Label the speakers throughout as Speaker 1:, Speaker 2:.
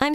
Speaker 1: I'm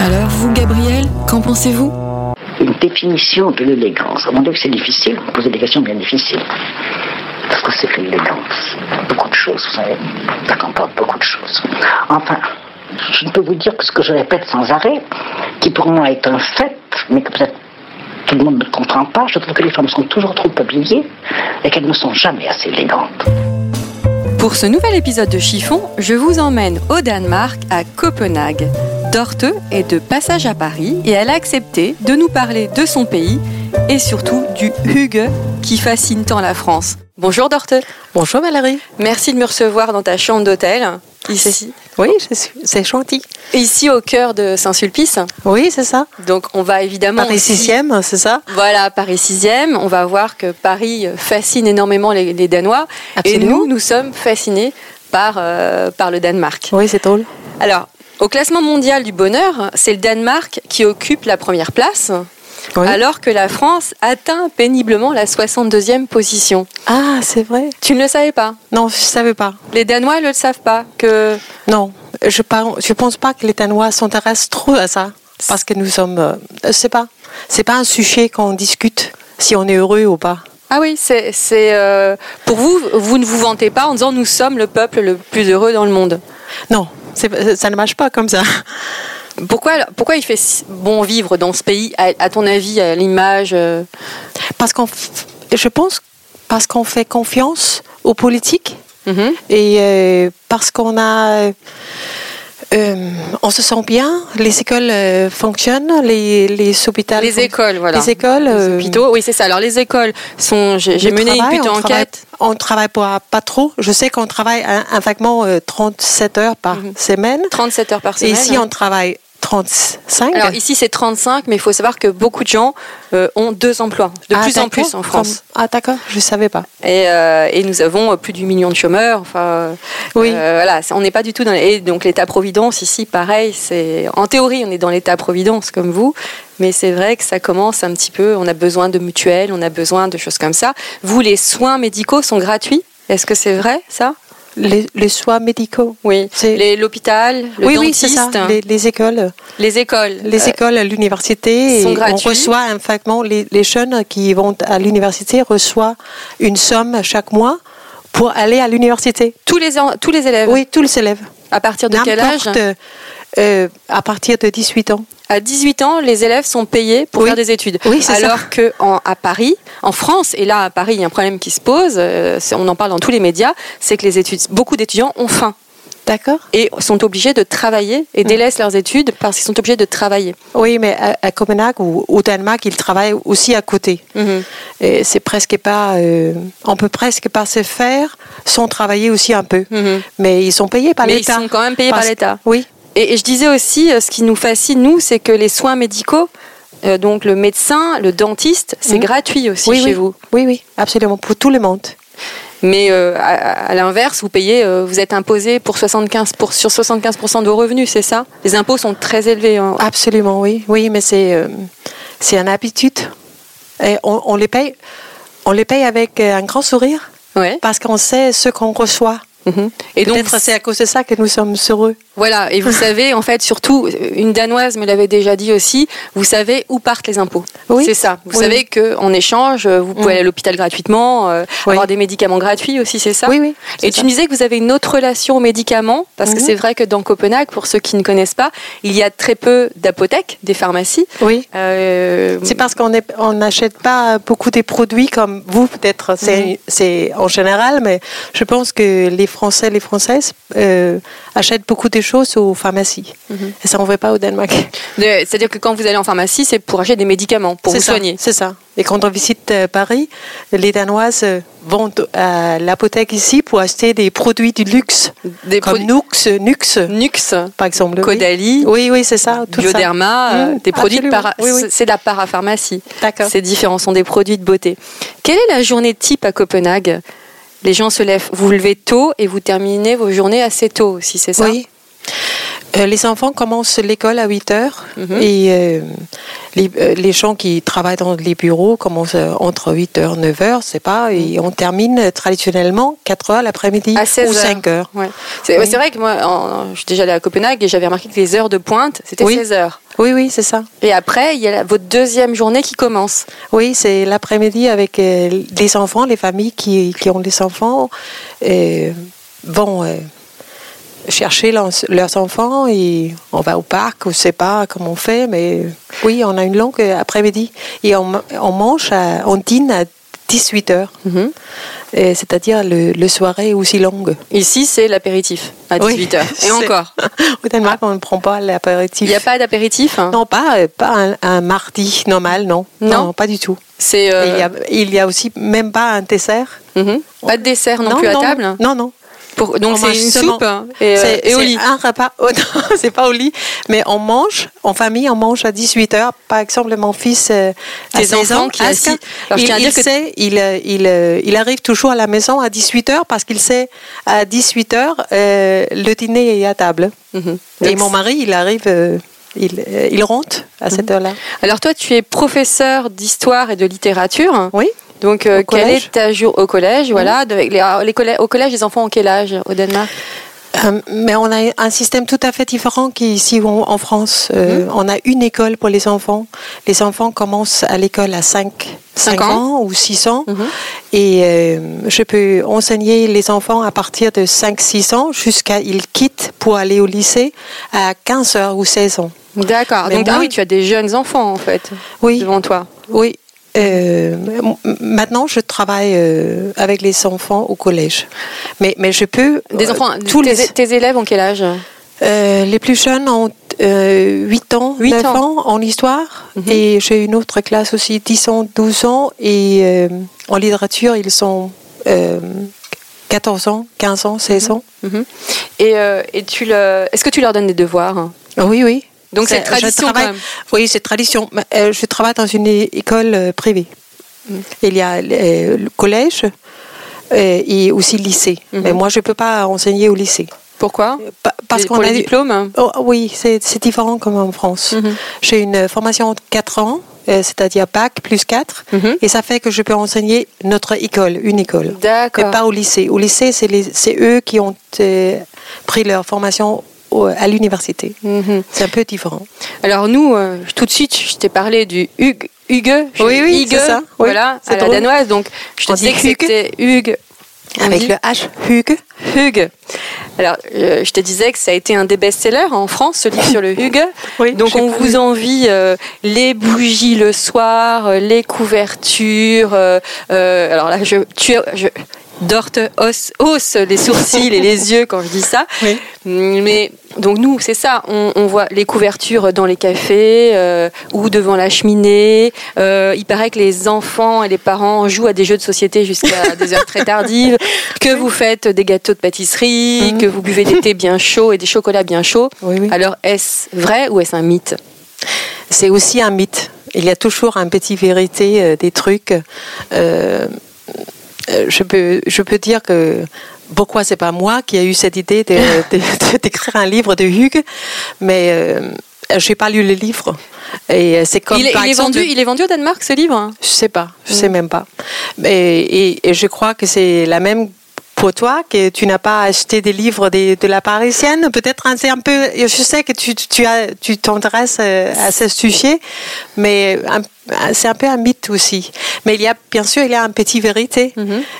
Speaker 2: alors, vous, Gabriel, qu'en pensez-vous
Speaker 3: une définition de l'élégance. Mon Dieu, que c'est difficile, vous posez des questions bien difficiles. Parce que c'est que l'élégance. Beaucoup de choses, vous savez, ça comporte beaucoup de choses. Enfin, je ne peux vous dire que ce que je répète sans arrêt, qui pour moi est un fait, mais que peut-être tout le monde ne comprend pas, je trouve que les femmes sont toujours trop habillées et qu'elles ne sont jamais assez élégantes.
Speaker 2: Pour ce nouvel épisode de Chiffon, je vous emmène au Danemark, à Copenhague. Dorte est de passage à Paris et elle a accepté de nous parler de son pays et surtout du Hugue qui fascine tant la France. Bonjour Dorte,
Speaker 4: Bonjour Valérie.
Speaker 2: merci de me recevoir dans ta chambre d'hôtel, ici,
Speaker 4: Oui, je suis- c'est gentil.
Speaker 2: ici au cœur de Saint-Sulpice.
Speaker 4: Oui, c'est ça.
Speaker 2: Donc on va évidemment...
Speaker 4: Paris
Speaker 2: aussi-
Speaker 4: 6e, c'est ça
Speaker 2: Voilà, Paris 6e. On va voir que Paris fascine énormément les, les Danois. Et
Speaker 4: Absolument.
Speaker 2: nous, nous sommes fascinés par, euh, par le Danemark.
Speaker 4: Oui, c'est drôle.
Speaker 2: Alors, au classement mondial du bonheur, c'est le Danemark qui occupe la première place,
Speaker 4: Oui.
Speaker 2: alors que la France atteint péniblement la 62e position.
Speaker 4: Ah, c'est vrai.
Speaker 2: Tu ne le savais pas.
Speaker 4: Non, je savais pas.
Speaker 2: Les Danois ne le savent pas. Que...
Speaker 4: Non, je ne je pense pas que les Danois s'intéressent trop à ça. Parce que nous sommes. euh, je sais pas. C'est pas un sujet qu'on discute, si on est heureux ou pas.
Speaker 2: Ah oui, c'est c'est, euh, pour vous, vous ne vous vantez pas en disant nous sommes le peuple le plus heureux dans le monde.
Speaker 4: Non, c'est- ça ne marche pas comme ça.
Speaker 2: Pourquoi, alors- pourquoi il fait si bon vivre dans ce pays, à, à ton avis, à l'image euh,
Speaker 4: Parce qu'on. f- Je pense parce qu'on fait confiance aux politiques.
Speaker 2: mhm.
Speaker 4: Et euh, parce qu'on a. euh, on se sent bien, les écoles euh, fonctionnent, les, les hôpitaux.
Speaker 2: Les
Speaker 4: fon-
Speaker 2: écoles, voilà.
Speaker 4: Les écoles. euh,
Speaker 2: hôpitaux, oui, c'est ça. Alors, les écoles sont. J'ai j'ai
Speaker 4: le
Speaker 2: mené
Speaker 4: travail,
Speaker 2: une putain
Speaker 4: on travaille-
Speaker 2: enquête.
Speaker 4: on travaille pas, pas trop. Je sais qu'on travaille un, un vaguement euh, 37 heures par semaine.
Speaker 2: 37 Mhm. heures par
Speaker 4: Et
Speaker 2: semaine.
Speaker 4: ici, on travaille 35.
Speaker 2: Alors, ici, c'est 35, mais il faut savoir que beaucoup de gens euh, ont deux emplois, de
Speaker 4: Ah,
Speaker 2: plus en
Speaker 4: d'accord,
Speaker 2: plus en France.
Speaker 4: comme- Ah, d'accord, je ne savais pas.
Speaker 2: Et, euh, et nous avons euh, plus du million de chômeurs. Enfin, euh,
Speaker 4: Oui.
Speaker 2: euh, voilà, c'est- on n'est pas du tout dans. les- Et donc l'État providence ici, pareil. C'est en théorie, on est dans l'État providence comme vous, mais c'est vrai que ça commence un petit peu. On a besoin de mutuelles, on a besoin de choses comme ça. Vous, les soins médicaux sont gratuits. Est-ce que c'est vrai ça
Speaker 4: Les, les soins médicaux.
Speaker 2: Oui.
Speaker 4: C'est-
Speaker 2: Les- L'hôpital, le
Speaker 4: oui, oui,
Speaker 2: dentiste,
Speaker 4: c'est ça. Les, les écoles.
Speaker 2: les écoles.
Speaker 4: Les
Speaker 2: Euh,
Speaker 4: écoles, l'université,
Speaker 2: sont
Speaker 4: et on
Speaker 2: gratuits.
Speaker 4: reçoit un fragment. Les, les jeunes qui vont à l'université reçoivent une somme chaque mois pour aller à l'université.
Speaker 2: tous les en- tous les élèves.
Speaker 4: Oui, tous les élèves.
Speaker 2: À partir de quel âge
Speaker 4: N'importe, euh, À partir de 18 ans.
Speaker 2: À 18 ans, les élèves sont payés pour
Speaker 4: Oui.
Speaker 2: faire des études.
Speaker 4: Oui, c'est ça.
Speaker 2: Alors que en- à Paris, en France, et là à Paris, il y a un problème qui se pose, euh, c'est- on en parle dans tous les médias, c'est que les études, beaucoup d'étudiants ont faim
Speaker 4: D'accord
Speaker 2: et sont obligés de travailler
Speaker 4: Mm.
Speaker 2: et délaissent leurs études parce qu'ils sont obligés de travailler.
Speaker 4: Oui, mais à, à Copenhague ou au Danemark, ils travaillent aussi à côté.
Speaker 2: Mhm.
Speaker 4: Et c'est presque pas. euh, on peut presque pas se faire sans travailler aussi un peu.
Speaker 2: Mhm.
Speaker 4: Mais ils sont payés par
Speaker 2: Mais ils
Speaker 4: l'État.
Speaker 2: sont quand même payés par
Speaker 4: Parce-
Speaker 2: l'État.
Speaker 4: Oui.
Speaker 2: Et, et je disais aussi, euh, ce qui nous fascine, nous, c'est que les soins médicaux, euh, donc le médecin, le dentiste, c'est
Speaker 4: Mhm.
Speaker 2: gratuit aussi
Speaker 4: oui,
Speaker 2: chez
Speaker 4: oui.
Speaker 2: vous.
Speaker 4: Oui, oui, absolument. Pour tout le monde.
Speaker 2: Mais euh, à, à l'inverse, vous payez, euh, vous êtes imposé pour 75 pour- sur 75% de vos revenus, c'est ça Les impôts sont très élevés. hein.
Speaker 4: Absolument, oui. Oui, mais c'est euh, c'est une habitude. Et on, on les paye, on les paye avec euh, un grand sourire
Speaker 2: Ouais.
Speaker 4: parce qu'on sait ce qu'on reçoit. Mhm.
Speaker 2: Et donc,
Speaker 4: Peut-être c'est à cause de ça que nous sommes heureux.
Speaker 2: voilà. Et vous savez, en fait, surtout, une Danoise me l'avait déjà dit aussi, vous savez où partent les impôts.
Speaker 4: Oui.
Speaker 2: C'est ça. Vous
Speaker 4: Oui. Mm.
Speaker 2: savez qu'en échange, euh, vous pouvez aller à l'hôpital gratuitement, euh,
Speaker 4: Oui.
Speaker 2: avoir des médicaments gratuits aussi, c'est ça
Speaker 4: Oui, oui. c'est
Speaker 2: Et
Speaker 4: ça.
Speaker 2: tu me disais que vous avez une autre relation aux médicaments, parce que
Speaker 4: Mhm.
Speaker 2: c'est vrai que dans Copenhague, pour ceux qui ne connaissent pas, il y a très peu d'apothèques, des pharmacies.
Speaker 4: Oui.
Speaker 2: Euh,
Speaker 4: C'est parce qu'on est- on n'achète pas beaucoup des produits comme vous, peut-être, c'est c'est en général, mais je pense que les Français, les Françaises euh, achètent beaucoup des choses aux pharmacies. Et ça, on ne fait pas au Danemark.
Speaker 2: de- C'est-à-dire que quand vous allez en pharmacie, c'est pour acheter des médicaments, pour
Speaker 4: C'est
Speaker 2: vous
Speaker 4: ça,
Speaker 2: soigner.
Speaker 4: C'est ça. Et quand on visite euh, Paris, les Danoises euh, vont à l'apothèque ici pour acheter des produits du luxe,
Speaker 2: Des
Speaker 4: comme
Speaker 2: produits
Speaker 4: Nux, euh, Nux,
Speaker 2: Nux,
Speaker 4: par exemple. oui.
Speaker 2: Caudalie,
Speaker 4: Oui, oui, c'est ça. Ah, Tout ça.
Speaker 2: Bioderma, euh,
Speaker 4: Mmh,
Speaker 2: des produits de
Speaker 4: absolument.
Speaker 2: para-
Speaker 4: Oui, oui.
Speaker 2: c'est- c'est de la parapharmacie.
Speaker 4: D'accord.
Speaker 2: C'est différent, ce sont des produits de beauté. Quelle est la journée type à Copenhague Les gens se lèvent, vous vous levez tôt et vous terminez vos journées assez tôt, si c'est ça
Speaker 4: Oui. Euh, les enfants commencent l'école à 8 heures
Speaker 2: Mhm.
Speaker 4: et euh, les, euh, les gens qui travaillent dans les bureaux commencent euh, entre 8 heures, 9 heures, c'est pas, et on termine euh, traditionnellement 4 heures l'après-midi
Speaker 2: Mhm. À 16
Speaker 4: ou
Speaker 2: heures.
Speaker 4: 5 heures.
Speaker 2: Ouais. C'est
Speaker 4: Oui.
Speaker 2: c'est vrai que moi, en- je suis déjà allée à Copenhague et j'avais remarqué que les heures de pointe, c'était
Speaker 4: Oui.
Speaker 2: 16 heures.
Speaker 4: Oui, oui, c'est ça.
Speaker 2: Et après, il y a la- votre deuxième journée qui commence.
Speaker 4: Oui, c'est l'après-midi avec euh, les enfants, les familles qui, qui ont des enfants euh, vont euh, chercher leurs, leurs enfants et on va au parc, on ne sait pas comment on fait, mais euh, oui, on a une longue euh, après-midi et on, ma- on mange, à- on dîne à 18 heures,
Speaker 2: Mhm.
Speaker 4: Et c'est-à-dire le, le soirée aussi longue.
Speaker 2: Ici, c'est l'apéritif à
Speaker 4: Oui.
Speaker 2: 18 heures. Et
Speaker 4: C'est-
Speaker 2: encore, Ah.
Speaker 4: Au Danemark, on ne prend pas
Speaker 2: il
Speaker 4: l'apéritif.
Speaker 2: n'y a pas d'apéritif. hein.
Speaker 4: Non, pas, euh, pas un, un mardi normal, non.
Speaker 2: Non.
Speaker 4: pas du tout.
Speaker 2: C'est
Speaker 4: Et
Speaker 2: euh,
Speaker 4: Il, y a, il y a aussi même pas un dessert.
Speaker 2: mhm. pas de dessert non, plus à table.
Speaker 4: Non, non.
Speaker 2: Pour- donc
Speaker 4: On
Speaker 2: c'est
Speaker 4: mange
Speaker 2: une
Speaker 4: seulement-
Speaker 2: soupe hein, et, euh,
Speaker 4: c'est-
Speaker 2: et au
Speaker 4: c'est
Speaker 2: lit.
Speaker 4: un repas. Oh, non, c'est pas au lit. Mais on mange, en famille, on mange à 18h. Par exemple, mon fils, euh, à
Speaker 2: Tes
Speaker 4: 16
Speaker 2: enfants
Speaker 4: ans,
Speaker 2: qui est
Speaker 4: Aska,
Speaker 2: assis. Alors, je
Speaker 4: il,
Speaker 2: tiens à
Speaker 4: il
Speaker 2: dire que-
Speaker 4: sait, il, euh, il, euh, il arrive toujours à la maison à 18h parce qu'il sait à 18h, le dîner est à table. Et
Speaker 2: Mhm. Donc,
Speaker 4: mon mari, il arrive, euh, il, euh, il rentre à cette
Speaker 2: Mhm.
Speaker 4: heure-là.
Speaker 2: Alors toi, tu es professeur d'histoire et de littérature.
Speaker 4: Oui.
Speaker 2: Donc euh,
Speaker 4: Au
Speaker 2: quel
Speaker 4: collège.
Speaker 2: est ta jour au collège Voilà, de- les- alors, les collè- au collège, les enfants ont quel âge au Danemark
Speaker 4: Euh, mais on a un système tout à fait différent qu'ici en en France.
Speaker 2: Mhm.
Speaker 4: Euh, On a une école pour les enfants. Les enfants commencent à l'école à 5,
Speaker 2: Cinq
Speaker 4: ans.
Speaker 2: ans Mhm.
Speaker 4: ou 6 ans. Et euh, je peux enseigner les enfants à partir de 5-6 ans jusqu'à ils quittent pour aller au lycée à 15 heures ou 16 ans.
Speaker 2: D'accord.
Speaker 4: Mais
Speaker 2: Donc ah
Speaker 4: moi-
Speaker 2: oui, tu as des jeunes enfants en fait
Speaker 4: Oui.
Speaker 2: devant toi.
Speaker 4: Oui. Euh, m- m- maintenant, je travaille euh, avec les enfants au collège. Mais, mais je peux...
Speaker 2: Des
Speaker 4: euh,
Speaker 2: enfants.
Speaker 4: tous
Speaker 2: tes,
Speaker 4: les...
Speaker 2: tes élèves ont quel âge
Speaker 4: Euh, les plus jeunes ont euh, 8 ans,
Speaker 2: Huit
Speaker 4: 9
Speaker 2: ans. Mhm.
Speaker 4: ans. en histoire. Et j'ai une autre classe aussi, 10 ans, 12 ans. Et euh, en littérature, ils sont euh, 14 ans, 15 ans, 16
Speaker 2: Mhm.
Speaker 4: ans.
Speaker 2: Et, euh, et tu le... est-ce que tu leur donnes des devoirs
Speaker 4: Oui, oui. Euh,
Speaker 2: Donc, c'est
Speaker 4: je
Speaker 2: tradition, quand
Speaker 4: travaille-
Speaker 2: même.
Speaker 4: Oui, c'est tradition. Mais, euh, je travaille dans une é- école euh, privée.
Speaker 2: Mhm.
Speaker 4: Il y a euh, le collège euh, et aussi lycée.
Speaker 2: Mhm.
Speaker 4: Mais moi, je ne peux pas enseigner au lycée.
Speaker 2: Pourquoi
Speaker 4: Pa- Parce
Speaker 2: pour
Speaker 4: qu'on
Speaker 2: le
Speaker 4: a dit-
Speaker 2: diplôme.
Speaker 4: Oh, oui, c'est c'est différent comme en France.
Speaker 2: Mhm.
Speaker 4: J'ai une formation de 4 ans, euh, c'est-à-dire bac plus 4,
Speaker 2: Mhm.
Speaker 4: et ça fait que je peux enseigner notre école, une école.
Speaker 2: D'accord.
Speaker 4: Mais pas au lycée. Au lycée, c'est les- c'est eux qui ont euh, pris leur formation au- à l'université.
Speaker 2: Mhm.
Speaker 4: C'est un peu différent.
Speaker 2: Alors nous, euh, tout de suite, je t'ai parlé du Hugues. Hugues, je-
Speaker 4: Oui, oui,
Speaker 2: Hugues,
Speaker 4: c'est ça, oui,
Speaker 2: voilà, à
Speaker 4: c'est
Speaker 2: la
Speaker 4: drôle.
Speaker 2: danoise. Donc, je te
Speaker 4: On
Speaker 2: disais
Speaker 4: dit
Speaker 2: que
Speaker 4: Hugues.
Speaker 2: c'était Hugues. On
Speaker 4: Avec
Speaker 2: dit
Speaker 4: le H, Hugues.
Speaker 2: Hugues. Alors, euh, je te disais que ça a été un des best-sellers en France, ce livre sur le Hugues.
Speaker 4: Oui,
Speaker 2: Donc,
Speaker 4: j'ai
Speaker 2: on
Speaker 4: pas
Speaker 2: vous envie euh, les bougies le soir, euh, les couvertures. euh, euh, alors là, je, tu, je dorte, hausse, hausse les sourcils et les yeux quand je dis ça. Mm,
Speaker 4: Oui.
Speaker 2: Mais donc nous, c'est ça, on, on voit les couvertures dans les cafés euh, ou devant la cheminée. Euh, il paraît que les enfants et les parents jouent à des jeux de société jusqu'à des heures très tardives, que vous faites des gâteaux de pâtisserie, que vous buvez des thés bien chauds et des chocolats bien chauds.
Speaker 4: Mhm. Oui, oui.
Speaker 2: Alors est-ce vrai ou est-ce un mythe
Speaker 4: C'est aussi un mythe. Il y a toujours un petit vérité euh, des trucs. Euh, euh, je, peux, je peux dire que pourquoi c'est pas moi qui a eu cette idée de- de- de- d'écrire un livre de Hugues, mais je n'ai pas lu le livre. Et euh, c'est comme
Speaker 2: il, est-
Speaker 4: par
Speaker 2: il est
Speaker 4: exemple-
Speaker 2: vendu, il est vendu au Danemark ce livre hein
Speaker 4: je sais pas, je sais même pas. Mais- Et, et je crois que c'est la même pour toi, que tu n'as pas acheté des livres des- de, la Parisienne. Peut-être hein, c'est un peu. Je sais que tu tu as- tu t'intéresses euh, à ce sujet, mais un- c'est un peu un mythe aussi. Mais il y a bien sûr il y a un petit vérité.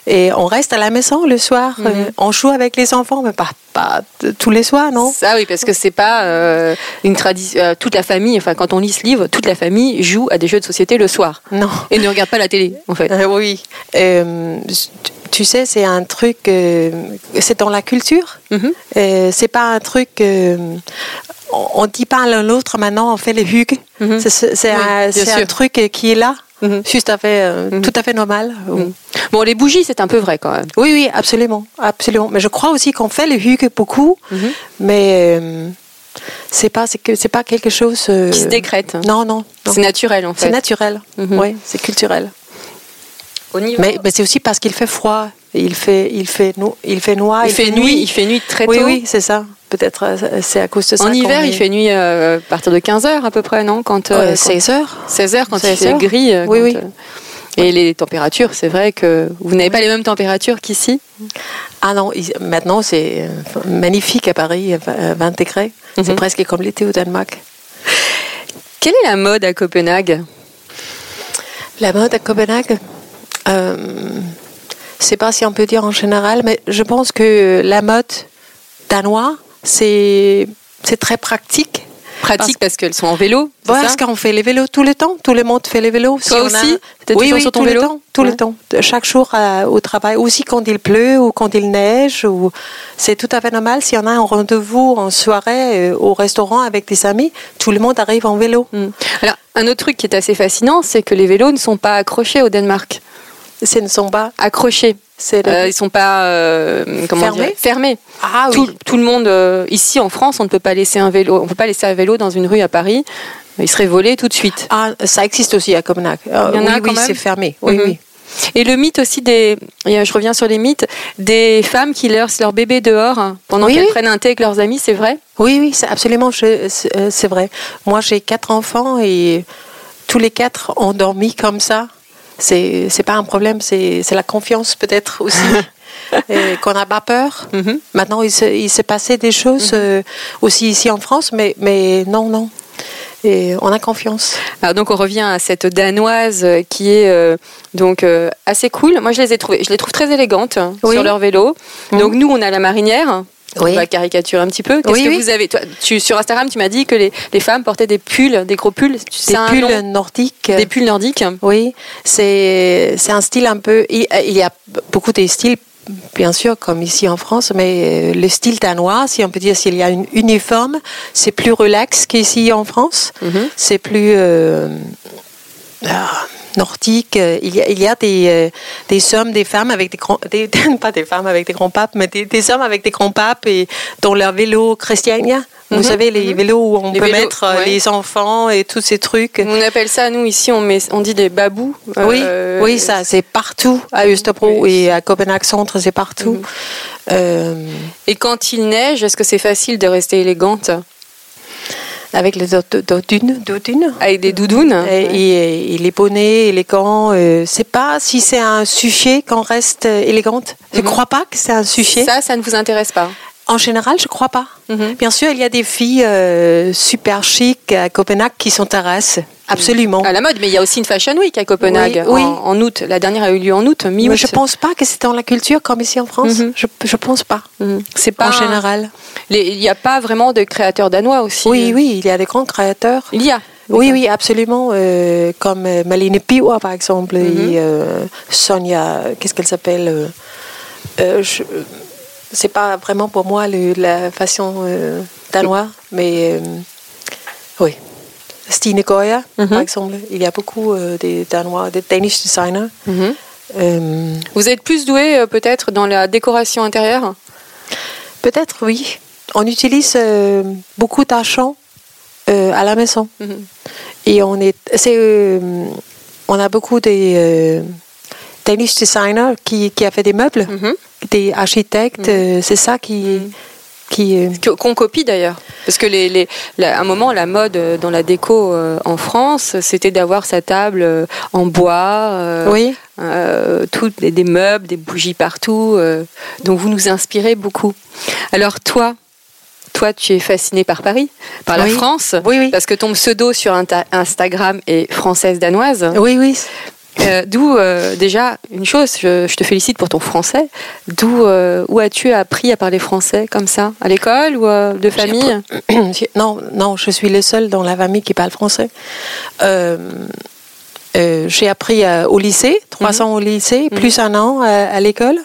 Speaker 4: Et on reste à la maison le soir. euh, on joue avec les enfants, mais pas pas t- tous les soirs, non.
Speaker 2: Ça oui, parce que c'est pas euh, une tradition. euh, toute la famille, enfin quand on lit ce livre, toute la famille joue à des jeux de société le soir
Speaker 4: Non.
Speaker 2: et ne regarde pas la télé en fait.
Speaker 4: Euh, oui. Euh, tu sais, c'est un truc. euh, c'est dans la culture.
Speaker 2: Mhm.
Speaker 4: Euh, c'est pas un truc. euh, on on dit pas l'un l'autre maintenant, on fait les hugues.
Speaker 2: Mhm.
Speaker 4: C'est- C'est c'est
Speaker 2: Oui,
Speaker 4: un,
Speaker 2: bien
Speaker 4: c'est un
Speaker 2: sûr.
Speaker 4: truc qui est là,
Speaker 2: Mhm.
Speaker 4: juste à fait, euh,
Speaker 2: Mhm.
Speaker 4: tout à fait normal.
Speaker 2: Bon, les bougies, c'est un peu vrai quand même.
Speaker 4: Oui, oui, absolument, absolument. Mais je crois aussi qu'on fait les hugues beaucoup,
Speaker 2: Mhm.
Speaker 4: mais euh, c'est pas, c'est que- c'est pas quelque chose euh,
Speaker 2: Qui se décrète.
Speaker 4: Non, non, non.
Speaker 2: C'est naturel en
Speaker 4: c'est
Speaker 2: fait.
Speaker 4: naturel.
Speaker 2: Mhm.
Speaker 4: Oui, c'est culturel.
Speaker 2: Au niveau-
Speaker 4: Mais, mais c'est aussi parce qu'il fait froid. Il fait, il fait, no- il fait noir.
Speaker 2: il fait nuit, il fait nuit très tôt.
Speaker 4: Oui, oui, c'est ça. Peut-être euh, c'est à cause de ça.
Speaker 2: En
Speaker 4: qu'on
Speaker 2: hiver,
Speaker 4: est-
Speaker 2: il fait nuit euh, à partir de 15h à peu près, non Quand
Speaker 4: Ouais,
Speaker 2: euh, quand-
Speaker 4: 16 heures.
Speaker 2: 16 heures quand
Speaker 4: 16
Speaker 2: il
Speaker 4: heures.
Speaker 2: fait gris. euh,
Speaker 4: Oui,
Speaker 2: quand,
Speaker 4: oui.
Speaker 2: euh, Et les températures, c'est vrai que vous n'avez pas les mêmes températures qu'ici.
Speaker 4: Ah non, il- maintenant c'est euh, magnifique à Paris, euh, 20 degrés. C'est
Speaker 2: Mhm.
Speaker 4: presque comme l'été au Danemark.
Speaker 2: Quelle est la mode à Copenhague
Speaker 4: La mode à Copenhague, euh, je sais pas si on peut dire en général, mais je pense que la mode danoise, c'est c'est très pratique.
Speaker 2: Pratique parce qu'elles sont en vélo. c'est
Speaker 4: Voilà,
Speaker 2: ça
Speaker 4: parce qu'on fait les vélos tout le temps. Tout le monde fait les vélos.
Speaker 2: Toi
Speaker 4: on
Speaker 2: aussi T'es
Speaker 4: oui,
Speaker 2: toujours
Speaker 4: oui,
Speaker 2: sur ton
Speaker 4: tout le
Speaker 2: vélo
Speaker 4: temps. Tout le
Speaker 2: Ouais.
Speaker 4: temps. Chaque jour euh, au travail. Aussi quand il pleut ou quand il neige. Ou... C'est tout à fait normal. Si on a un rendez-vous en soirée euh, au restaurant avec des amis, tout le monde arrive en vélo.
Speaker 2: Mm. Alors, un autre truc qui est assez fascinant, c'est que les vélos ne sont pas accrochés au Danemark.
Speaker 4: Ce ne sont pas...
Speaker 2: Accrochés.
Speaker 4: C'est le-
Speaker 2: Euh, ils ne sont pas euh, comment
Speaker 4: Fermés
Speaker 2: dire, fermés.
Speaker 4: Ah oui.
Speaker 2: tout, tout le monde euh, ici en France, on ne peut pas laisser un vélo, on peut pas laisser un vélo dans une rue à Paris. Il serait volé tout de suite.
Speaker 4: Ah, ça existe aussi à Copenhague. Euh,
Speaker 2: Il y en a
Speaker 4: oui,
Speaker 2: quand
Speaker 4: oui,
Speaker 2: même
Speaker 4: c'est fermé. Oui,
Speaker 2: Mhm.
Speaker 4: oui.
Speaker 2: Et le mythe aussi des, et euh, je reviens sur les mythes, des femmes qui laissent leur bébé dehors hein, pendant
Speaker 4: Oui,
Speaker 2: qu'elles
Speaker 4: oui.
Speaker 2: prennent un thé avec leurs amis, c'est vrai
Speaker 4: Oui, oui, c'est absolument, je- c'est euh, c'est vrai. Moi, j'ai quatre enfants et tous les quatre ont dormi comme ça. C'est c'est pas un problème, c'est c'est la confiance peut-être aussi. Et qu'on n'a pas peur.
Speaker 2: Mhm.
Speaker 4: Maintenant, il se- il s'est passé des choses euh, aussi ici en France, mais, mais non, non. Et on a confiance.
Speaker 2: Alors donc on revient à cette danoise euh, qui est euh, donc euh, assez cool. Moi je les ai trouvées, je les trouve très élégantes hein,
Speaker 4: Oui. Mhm.
Speaker 2: sur leur vélo. Donc nous on a la marinière. hein.
Speaker 4: Oui.
Speaker 2: On va caricaturer un petit peu. Qu'est-ce
Speaker 4: Oui,
Speaker 2: que
Speaker 4: oui.
Speaker 2: vous avez toi, tu, Sur Instagram, tu m'as dit que les, les femmes portaient des pulls, des gros pulls. Tu sais
Speaker 4: Des
Speaker 2: un
Speaker 4: pulls
Speaker 2: nom
Speaker 4: nordiques.
Speaker 2: des pulls nordiques.
Speaker 4: Oui, c'est c'est un style un peu. Il euh, il y a beaucoup de styles, bien sûr, comme ici en France, mais euh, le style danois, si on peut dire, s'il y a une uniforme, c'est plus relax qu'ici en France.
Speaker 2: Mhm.
Speaker 4: C'est plus. euh, ah, nordique, euh, il y a, il y a des, euh, des hommes, des femmes avec des grands, des- pas des femmes avec des grands papes, mais des, des hommes avec des grands papes et dans leur vélo christiania. Vous savez, les vélos où on
Speaker 2: Mhm. Les
Speaker 4: peut
Speaker 2: vélos,
Speaker 4: mettre euh,
Speaker 2: ouais. Mhm.
Speaker 4: les enfants et tous ces trucs.
Speaker 2: On appelle ça, nous ici, on, met, on dit des babous.
Speaker 4: Oui,
Speaker 2: Euh,
Speaker 4: oui, ça, c'est partout à Österbro
Speaker 2: Oui. Mhm.
Speaker 4: et à Copenhague Centre, c'est partout. Euh,
Speaker 2: Et quand il neige, est-ce que c'est facile de rester élégante
Speaker 4: avec les autres d'autunes, d'autunes.
Speaker 2: avec des doudounes
Speaker 4: Et, et- et les bonnets, et les gants, euh, c'est pas si c'est un sujet qu'on reste euh, élégante. Je crois pas que c'est un sujet.
Speaker 2: Mhm. Ça, ça ne vous intéresse pas.
Speaker 4: En général, je crois pas.
Speaker 2: Mhm.
Speaker 4: Bien sûr, il y a des filles euh, super chic à Copenhague qui sont terrasses,
Speaker 2: Mhm.
Speaker 4: absolument.
Speaker 2: À la mode, mais il y a aussi une fashion week à Copenhague
Speaker 4: Oui, oui.
Speaker 2: En, en août. La dernière a eu lieu en août, mi-août.
Speaker 4: Mais je pense pas que c'est dans la culture comme ici en France.
Speaker 2: Mhm.
Speaker 4: Je, je pense pas.
Speaker 2: Mhm. C'est pas
Speaker 4: En général.
Speaker 2: les- Il n'y a pas vraiment de créateurs danois aussi. euh,
Speaker 4: Oui, oui, il y a des grands créateurs.
Speaker 2: Il y a.
Speaker 4: Oui, oui, absolument. euh, comme euh, Malene Piwa, par exemple, et euh, Sonia, qu'est-ce qu'elle s'appelle euh, euh, je- C'est pas vraiment pour moi le- la façon euh, danoise, mais euh, oui. Stine Goya, par exemple. Il y a beaucoup euh, des Danois, des Danish designers. Euh,
Speaker 2: Vous êtes plus doué euh, peut-être dans la décoration intérieure.
Speaker 4: Peut-être, oui. On utilise euh, beaucoup d'argent euh, à la maison.
Speaker 2: Mhm.
Speaker 4: Et on est, c'est, euh, on a beaucoup des euh, Danish Mhm. designers qui, qui a fait des meubles, des architectes. euh, c'est ça qui, qui euh,
Speaker 2: Que- Qu'on copie d'ailleurs. Parce que les, les- la- à un moment, la mode euh, dans la déco euh, en France, c'était d'avoir sa table euh, en bois, euh,
Speaker 4: oui,
Speaker 2: euh, tout, des, des meubles, des bougies partout. euh, donc vous nous inspirez beaucoup. Alors toi, toi, tu es fasciné par Paris, par la
Speaker 4: Oui.
Speaker 2: France,
Speaker 4: oui, oui,
Speaker 2: parce que ton pseudo sur Inta- Instagram est française-danoise.
Speaker 4: oui, oui.
Speaker 2: Euh, d'où euh, déjà une chose, je, je te félicite pour ton français. D'où euh, où as-tu appris à parler français comme ça à l'école ou euh, de famille
Speaker 4: J'ai- non, non, je suis le seul dans la famille qui parle français. Euh, euh, j'ai appris euh, au lycée, trois ans au lycée, plus un an euh, à l'école.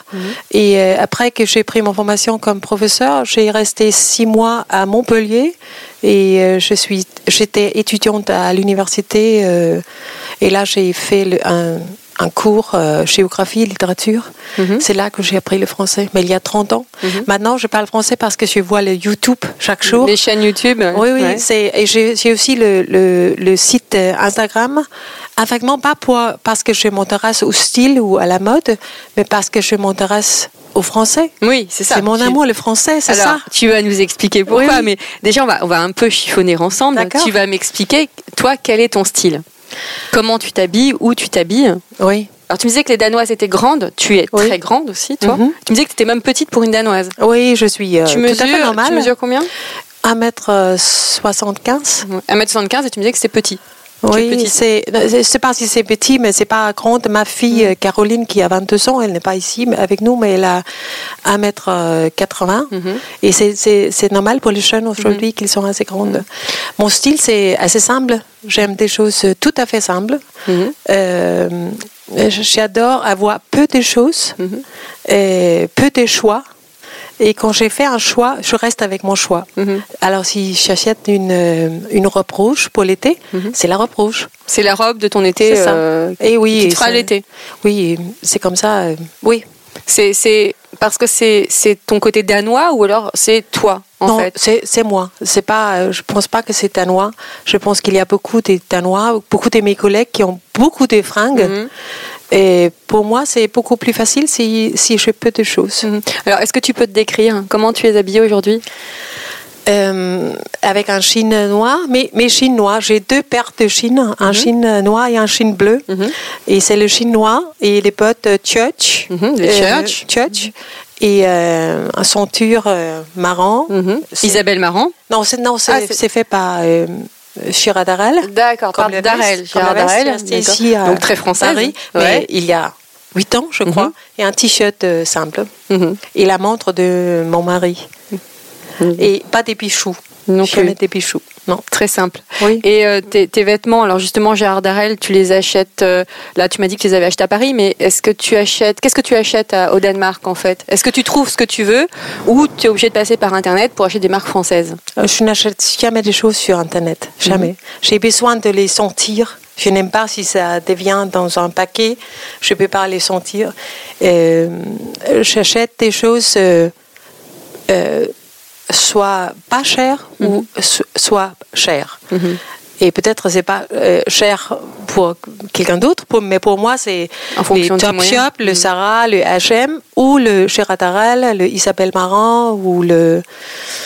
Speaker 4: Et euh, après que j'ai pris mon formation comme professeur, j'ai resté six mois à Montpellier et euh, je suis, j'étais étudiante à l'université. euh, et là, j'ai fait le- un, un cours euh, géographie, littérature. C'est là que j'ai appris le français, mais il y a 30 ans. Maintenant, je parle français parce que je vois le YouTube chaque jour.
Speaker 2: Les chaînes YouTube. euh,
Speaker 4: Oui, oui.
Speaker 2: ouais.
Speaker 4: c'est- Et j'ai j'ai aussi le, le- le site euh, Instagram. Vaguement, pas pour, parce que je m'intéresse au style ou à la mode, mais parce que je m'intéresse au français.
Speaker 2: Oui, c'est ça.
Speaker 4: C'est mon
Speaker 2: Tu-
Speaker 4: amour, le français, c'est
Speaker 2: Alors,
Speaker 4: ça.
Speaker 2: tu vas nous expliquer pourquoi,
Speaker 4: Oui, oui.
Speaker 2: mais déjà on va, on va un peu chiffonner ensemble.
Speaker 4: D'accord.
Speaker 2: Tu vas m'expliquer, toi, quel est ton style Comment tu t'habilles Où tu t'habilles
Speaker 4: Oui.
Speaker 2: Alors tu me disais que les Danoises étaient grandes, tu es
Speaker 4: Oui.
Speaker 2: très grande aussi, toi.
Speaker 4: Mhm.
Speaker 2: Tu me disais que tu étais même petite pour une Danoise.
Speaker 4: Oui, je suis euh,
Speaker 2: tu,
Speaker 4: tout à fait
Speaker 2: mesures, tu
Speaker 4: normale. euh,
Speaker 2: mesures combien
Speaker 4: 1m75.
Speaker 2: 1m75 et tu me disais que c'était petit. Tu es
Speaker 4: Oui,
Speaker 2: petite.
Speaker 4: c'est, je ne sais pas si c'est petit, mais c'est pas grande. Ma fille euh, Caroline, qui a 22 ans, elle n'est pas ici mais- avec nous, mais elle a 1m80. Et c'est, c'est- c'est normal pour les jeunes aujourd'hui qu'ils sont assez grandes. Mon style, c'est assez simple. J'aime des choses euh, tout à fait simples. Euh, j- j'adore avoir peu de choses, et peu de choix. Et quand j'ai fait un choix, je reste avec mon choix. Alors si j'achète une, euh, une robe rouge pour l'été, c'est la robe rouge.
Speaker 2: C'est la robe de ton été.
Speaker 4: C'est ça.
Speaker 2: euh,
Speaker 4: Et oui,
Speaker 2: qui
Speaker 4: et
Speaker 2: te fera
Speaker 4: c'est-
Speaker 2: l'été.
Speaker 4: Oui, et c'est comme ça. euh, oui.
Speaker 2: C'est, c'est parce que c'est, c'est ton côté danois ou alors c'est toi en
Speaker 4: non,
Speaker 2: fait.
Speaker 4: c'est c'est moi. C'est pas. euh, Je pense pas que c'est danois. Je pense qu'il y a beaucoup de danois, beaucoup de mes collègues qui ont beaucoup de fringues.
Speaker 2: Mhm.
Speaker 4: Et pour moi, c'est beaucoup plus facile si si je peux de choses.
Speaker 2: Mhm. Alors est-ce que tu peux te décrire comment tu es habillée aujourd'hui
Speaker 4: Euh, avec un chine noir, mais mes chines noirs, j'ai deux paires de chines,
Speaker 2: Mhm.
Speaker 4: un chine noir et un chine bleu. Et c'est le chine noir et les bottes euh, church.
Speaker 2: Mhm, les Mhm. church.
Speaker 4: church. Et euh, un ceinture euh, marron. C'est-
Speaker 2: Mhm. Isabelle Marant.
Speaker 4: Non, c'est non, c'est
Speaker 2: Ah, c'est-
Speaker 4: c'est fait par euh, Shira Darrell.
Speaker 2: D'accord,
Speaker 4: Comme le
Speaker 2: Darel.
Speaker 4: reste, comme le reste, c'est acheté ici à
Speaker 2: Donc très française.
Speaker 4: Paris, mais
Speaker 2: Ouais.
Speaker 4: il y a 8 ans, je crois, et un t-shirt euh, simple.
Speaker 2: Mhm.
Speaker 4: Et la montre de mon mari. Et pas des bichoux.
Speaker 2: Mm. Non
Speaker 4: Jamais
Speaker 2: plus.
Speaker 4: des bichoux. Non.
Speaker 2: Très simple.
Speaker 4: Oui.
Speaker 2: Et euh, tes, tes vêtements, alors justement, Gérard Darel, tu les achètes. euh, là, tu m'as dit que tu les avais achetés à Paris, mais est-ce que tu achètes Qu'est-ce que tu achètes à- au Danemark en fait Est-ce que tu trouves ce que tu veux ou tu es obligé de passer par internet pour acheter des marques françaises
Speaker 4: Euh, Je n'achète jamais des choses sur Internet,
Speaker 2: Mhm.
Speaker 4: jamais. J'ai besoin de les sentir. Je n'aime pas si ça devient dans un paquet. Je ne peux pas les sentir. Euh, J'achète des choses euh, euh, soit pas chères
Speaker 2: Mhm.
Speaker 4: ou so- soit chères. Et peut-être c'est pas euh, cher pour quelqu'un d'autre, pour- mais pour moi c'est
Speaker 2: En fonction Mhm.
Speaker 4: les
Speaker 2: de tes
Speaker 4: Topshop,
Speaker 2: moyens.
Speaker 4: le Sarah, le H&M ou le Cheratarel, le Isabelle Marant ou le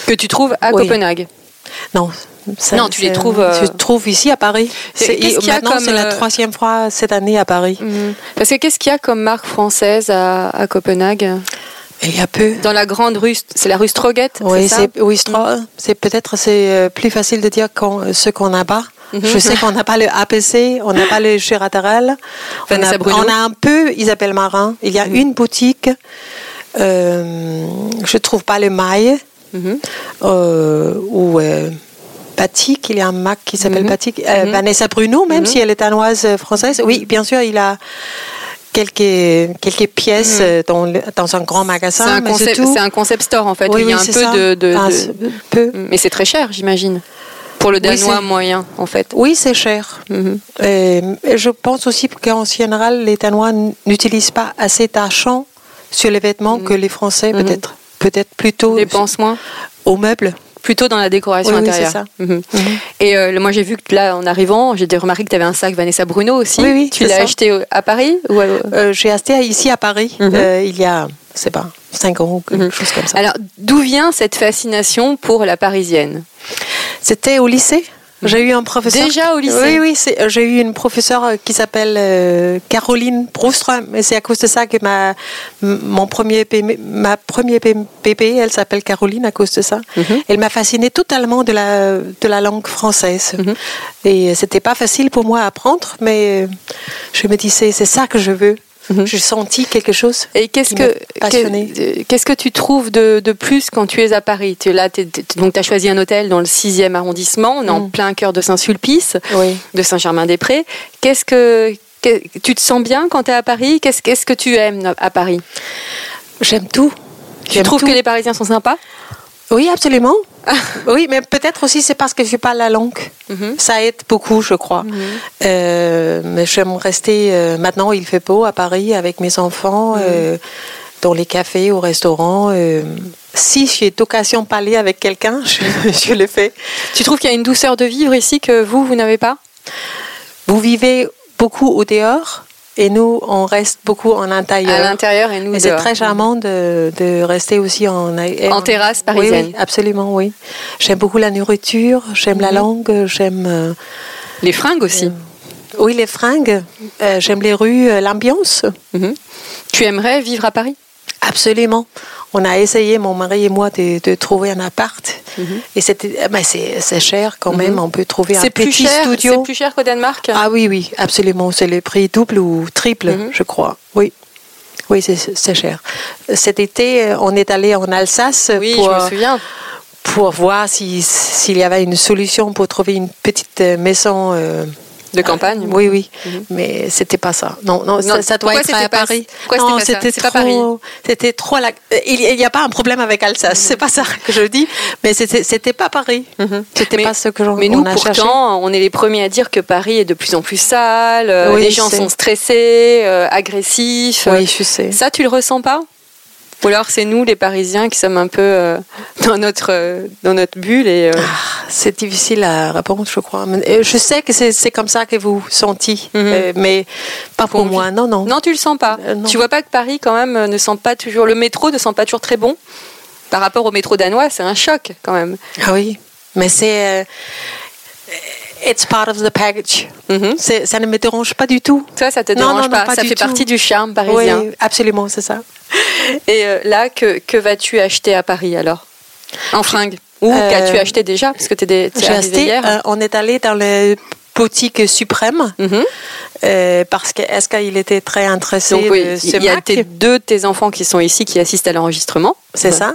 Speaker 2: que tu trouves à
Speaker 4: Oui.
Speaker 2: Copenhague.
Speaker 4: non. ça-
Speaker 2: Non, tu les
Speaker 4: ça-
Speaker 2: trouves, euh,
Speaker 4: Je les trouve ici à Paris.
Speaker 2: C'est-
Speaker 4: C'est-
Speaker 2: qu'est-ce qu'il y a
Speaker 4: maintenant,
Speaker 2: comme,
Speaker 4: c'est la
Speaker 2: euh, Mm.
Speaker 4: troisième fois cette année à Paris.
Speaker 2: Parce que qu'est-ce qu'il y a comme marque française à, à Copenhague
Speaker 4: Il y a peu.
Speaker 2: Dans la grande rue, c'est la rue Stroget,
Speaker 4: Oui,
Speaker 2: c'est ça Mm.
Speaker 4: c'est oui, c'est trop- c'est peut-être c'est euh, plus facile de dire qu'on- ce qu'on n'a pas.
Speaker 2: Mm-hmm.
Speaker 4: Je sais qu'on n'a pas le APC, on n'a pas le Giratarel. On
Speaker 2: Vanessa
Speaker 4: a,
Speaker 2: Bruno. Mm-hmm.
Speaker 4: on a un peu Isabelle Marin. Il y a une boutique. euh, je trouve pas le maille
Speaker 2: Mm-hmm.
Speaker 4: euh, ou euh, Batik. Il y a un Mac qui
Speaker 2: Mm-hmm.
Speaker 4: s'appelle Batik. Euh, Vanessa Bruno, même si elle est danoise euh, française. Oui, bien sûr, il a quelques quelques pièces euh, dans, le- dans un grand magasin.
Speaker 2: Mm-hmm. C'est un,
Speaker 4: mais
Speaker 2: concept,
Speaker 4: tout.
Speaker 2: c'est un concept store en fait. où
Speaker 4: Oui,
Speaker 2: il y a
Speaker 4: oui,
Speaker 2: un
Speaker 4: c'est
Speaker 2: peu
Speaker 4: ça.
Speaker 2: de, de-
Speaker 4: Ah,
Speaker 2: de- Mm.
Speaker 4: c'est- peu.
Speaker 2: Mais c'est très cher, j'imagine. Pour le
Speaker 4: Oui,
Speaker 2: danois
Speaker 4: c'est-
Speaker 2: moyen en fait.
Speaker 4: Oui, c'est cher.
Speaker 2: Mm-hmm.
Speaker 4: Euh, et je pense aussi qu'en général, les Danois n- n'utilisent pas assez d'argent
Speaker 2: Mm. Mm-hmm.
Speaker 4: sur les vêtements que les Français, peut-être. Peut-être plutôt
Speaker 2: Dépense moins.
Speaker 4: aux meubles.
Speaker 2: plutôt dans la décoration
Speaker 4: Oui, oui,
Speaker 2: intérieure.
Speaker 4: c'est ça.
Speaker 2: Mhm. Et euh, le- moi, j'ai vu que là, en arrivant, j'ai remarqué que tu avais un sac Vanessa Bruno aussi.
Speaker 4: Oui, oui,
Speaker 2: tu
Speaker 4: c'est
Speaker 2: l'as
Speaker 4: ça.
Speaker 2: acheté au- à Paris ou à-
Speaker 4: Euh, J'ai acheté ici à Paris
Speaker 2: Mhm.
Speaker 4: euh, il y a, je sais pas, 5 ans ou quelque
Speaker 2: Mhm.
Speaker 4: chose comme ça.
Speaker 2: Alors, d'où vient cette fascination pour la parisienne
Speaker 4: C'était au lycée. J'ai eu un professeur.
Speaker 2: Déjà au lycée
Speaker 4: Oui, oui. c'est- euh, J'ai eu une professeure euh, qui s'appelle euh, Caroline Broustrom. Et c'est à cause de ça que ma, m- mon premier bébé, ma première bé- bébé, elle s'appelle Caroline à cause de ça.
Speaker 2: Mhm.
Speaker 4: Elle m'a fascinée totalement de la, de la langue française.
Speaker 2: Mhm.
Speaker 4: Et euh, c'était pas facile pour moi à apprendre, mais euh, je me disais, c'est ça que je veux.
Speaker 2: Mhm.
Speaker 4: J'ai senti quelque chose.
Speaker 2: Et qu'est-ce
Speaker 4: qui
Speaker 2: que
Speaker 4: m'a passionnée.
Speaker 2: que- euh, qu'est-ce que tu trouves de, de plus quand tu es à Paris Tu es là, t'es- t'es- donc tu as choisi un hôtel dans le 6e arrondissement, on est en plein cœur de Saint-Sulpice,
Speaker 4: Mm. Oui.
Speaker 2: de Saint-Germain-des-Prés. Qu'est-ce que, que- tu te sens bien quand tu es à Paris Qu'est-ce qu'est-ce que tu aimes à Paris
Speaker 4: J'aime tout.
Speaker 2: Tu
Speaker 4: J'aime
Speaker 2: trouves
Speaker 4: tout.
Speaker 2: que les Parisiens sont sympas
Speaker 4: Oui, absolument. oui, mais peut-être aussi c'est parce que je parle la langue.
Speaker 2: Mhm.
Speaker 4: Ça aide beaucoup, je crois. Euh, mais j'aime rester. euh, maintenant, il fait beau à Paris avec mes
Speaker 2: Mhm.
Speaker 4: enfants, euh, dans les cafés, au restaurant. euh. si j'ai l'occasion de parler avec quelqu'un, je, je le fais.
Speaker 2: Tu trouves qu'il y a une douceur de vivre ici que vous, vous n'avez pas
Speaker 4: Vous vivez beaucoup au dehors et nous, on reste beaucoup en intérieur.
Speaker 2: À l'intérieur Euh, et nous
Speaker 4: Et c'est
Speaker 2: dehors.
Speaker 4: très charmant de, de rester aussi en,
Speaker 2: En terrasse
Speaker 4: Oui,
Speaker 2: parisienne.
Speaker 4: oui, absolument, oui. J'aime beaucoup la nourriture, j'aime
Speaker 2: Mhm.
Speaker 4: la langue, j'aime euh,
Speaker 2: Les fringues aussi.
Speaker 4: oui les fringues, euh, j'aime les rues, euh, l'ambiance.
Speaker 2: Tu aimerais vivre à Paris
Speaker 4: Absolument. On a essayé mon mari et moi de, de trouver un appart et c'était euh, mais c'est c'est cher quand même. On peut trouver un
Speaker 2: Mhm. C'est plus,
Speaker 4: petit
Speaker 2: cher-
Speaker 4: studio.
Speaker 2: c'est plus cher Mhm. qu'au Danemark
Speaker 4: Ah oui oui, absolument. C'est le prix double ou triple, je crois. Oui. Oui, c'est c'est cher. Cet été, euh, on est allé en Alsace
Speaker 2: Oui,
Speaker 4: pour
Speaker 2: je me souviens.
Speaker 4: pour voir si- s'il y avait une solution pour trouver une petite euh, maison. euh,
Speaker 2: De campagne. Mhm.
Speaker 4: Oui, oui. Mais c'était pas ça. Non, non, ça, ça doit
Speaker 2: pourquoi
Speaker 4: être
Speaker 2: c'était
Speaker 4: à
Speaker 2: pas-
Speaker 4: Paris.
Speaker 2: pourquoi
Speaker 4: non,
Speaker 2: c'était pas ça
Speaker 4: c'était
Speaker 2: C'est pas
Speaker 4: trop. C'était trop. la- euh, Il n'y a pas un problème avec Alsace. C'est pas ça que je dis. Mais c'était c'était pas Paris.
Speaker 2: Mhm.
Speaker 4: C'était
Speaker 2: Mais-
Speaker 4: pas ce que j'en
Speaker 2: Mais nous,
Speaker 4: on a
Speaker 2: pourtant,
Speaker 4: cherché.
Speaker 2: on est les premiers à dire que Paris est de plus en plus sale, euh,
Speaker 4: Oui,
Speaker 2: les
Speaker 4: je
Speaker 2: gens
Speaker 4: sais.
Speaker 2: sont stressés, euh, agressifs.
Speaker 4: Oui, je sais.
Speaker 2: Ça, tu le ressens pas Ou alors c'est nous, les Parisiens, qui sommes un peu euh, dans, notre, euh, dans notre bulle et... euh,
Speaker 4: C'est difficile à répondre, je crois. Mais, euh, Je sais que c'est c'est comme ça que vous sentiez,
Speaker 2: Mhm.
Speaker 4: euh, mais pas pour
Speaker 2: qu'on
Speaker 4: moi.
Speaker 2: vit.
Speaker 4: Non, non.
Speaker 2: Non, tu le sens pas.
Speaker 4: Oh. Euh, non.
Speaker 2: tu vois pas que Paris, quand même, euh, ne sent pas toujours... Le métro ne sent pas toujours très bon par rapport au métro danois, c'est un choc quand même.
Speaker 4: Ah oui, mais c'est. euh, it's part of the package.
Speaker 2: Mhm.
Speaker 4: C'est- Ça ne me dérange pas du tout.
Speaker 2: Toi, ça te
Speaker 4: Non,
Speaker 2: dérange
Speaker 4: non, non,
Speaker 2: pas.
Speaker 4: pas
Speaker 2: Ça
Speaker 4: du
Speaker 2: fait
Speaker 4: tout.
Speaker 2: partie du charme
Speaker 4: Oui,
Speaker 2: parisien.
Speaker 4: absolument, c'est ça.
Speaker 2: Et euh, là, que, que vas-tu acheter à Paris alors En fringues Ou
Speaker 4: Euh,
Speaker 2: qu'as-tu acheté déjà Parce que t'es des- t'es
Speaker 4: J'ai
Speaker 2: arrivée
Speaker 4: acheté,
Speaker 2: hier.
Speaker 4: euh, on est allé dans le boutique suprême
Speaker 2: Mhm.
Speaker 4: euh, parce que est-ce qu'il était très intéressé
Speaker 2: Donc, oui,
Speaker 4: de
Speaker 2: il
Speaker 4: ce
Speaker 2: y a
Speaker 4: Mac
Speaker 2: tes- deux de tes enfants qui sont ici, qui assistent à l'enregistrement.
Speaker 4: c'est ça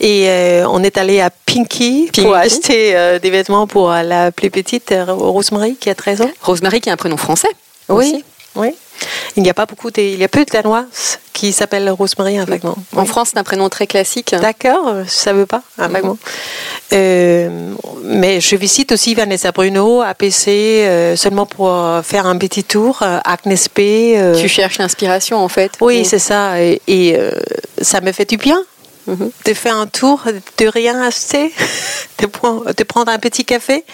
Speaker 4: et euh, on est allé à Pinky, pour
Speaker 2: Pinky.
Speaker 4: acheter euh, des vêtements pour euh, la plus petite euh, Rosemary qui a 13 ans
Speaker 2: Rosemary, qui a un prénom français.
Speaker 4: oui
Speaker 2: aussi.
Speaker 4: oui il n'y a pas beaucoup de, il y a peu de danoises qui s'appellent Rosemary vaguement
Speaker 2: En France, c'est un prénom très classique.
Speaker 4: D'accord, euh, ça veut pas, un fragment. Euh, mais je visite aussi Vanessa Bruno, APC, euh, seulement pour euh, faire un petit tour, euh, Agnes P. euh,
Speaker 2: Tu Mm. cherches l'inspiration en fait.
Speaker 4: oui,
Speaker 2: Ou-
Speaker 4: c'est ça. Et, et, euh, ça me fait du bien de faire un tour, de rien acheter, de, prendre- de prendre un petit café.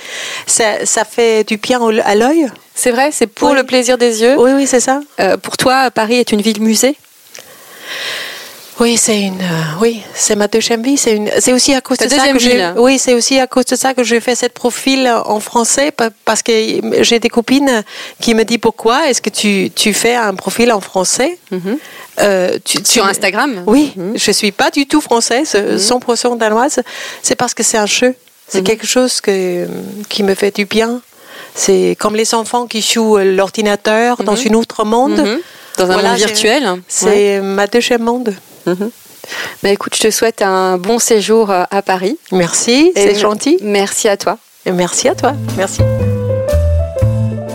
Speaker 4: Ça, ça fait du bien au- à l'œil.
Speaker 2: c'est vrai, c'est pour
Speaker 4: Oui.
Speaker 2: le plaisir des yeux.
Speaker 4: Oui, oui, c'est ça.
Speaker 2: Euh, pour toi, Paris est une ville musée
Speaker 4: Oui, c'est une, euh, oui, c'est ma deuxième vie. C'est une, c'est aussi à cause
Speaker 2: Ta
Speaker 4: de ça
Speaker 2: deuxième
Speaker 4: que
Speaker 2: vie,
Speaker 4: j'ai,
Speaker 2: là.
Speaker 4: oui, c'est aussi à cause de ça que j'ai fait cette profil en français pa- parce que j'ai des copines qui me disent pourquoi est-ce que tu, tu fais un profil en français Euh, tu- tu-
Speaker 2: Mhm. sur Instagram. Mhm.
Speaker 4: Oui, je suis pas du tout française, euh, 100% danoise. C'est parce que c'est un jeu.
Speaker 2: Mhm.
Speaker 4: C'est quelque chose que, qui me fait du bien. C'est comme les enfants qui jouent euh, l'ordinateur dans un autre monde.
Speaker 2: Mhm. Dans un monde
Speaker 4: j'ai-
Speaker 2: virtuel.
Speaker 4: C'est ma deuxième monde.
Speaker 2: Bah, écoute, je te souhaite un bon séjour euh, à Paris.
Speaker 4: Merci,
Speaker 2: Et
Speaker 4: c'est gentil.
Speaker 2: Merci à toi.
Speaker 4: Et merci à toi. Merci.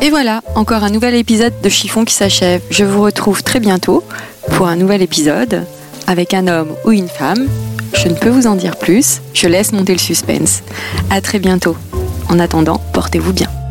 Speaker 2: Et voilà, encore un nouvel épisode de Chiffon qui s'achève. Je vous retrouve très bientôt pour un nouvel épisode avec un homme ou une femme. Je ne peux vous en dire plus, je laisse monter le suspense. À très bientôt. En attendant, portez-vous bien.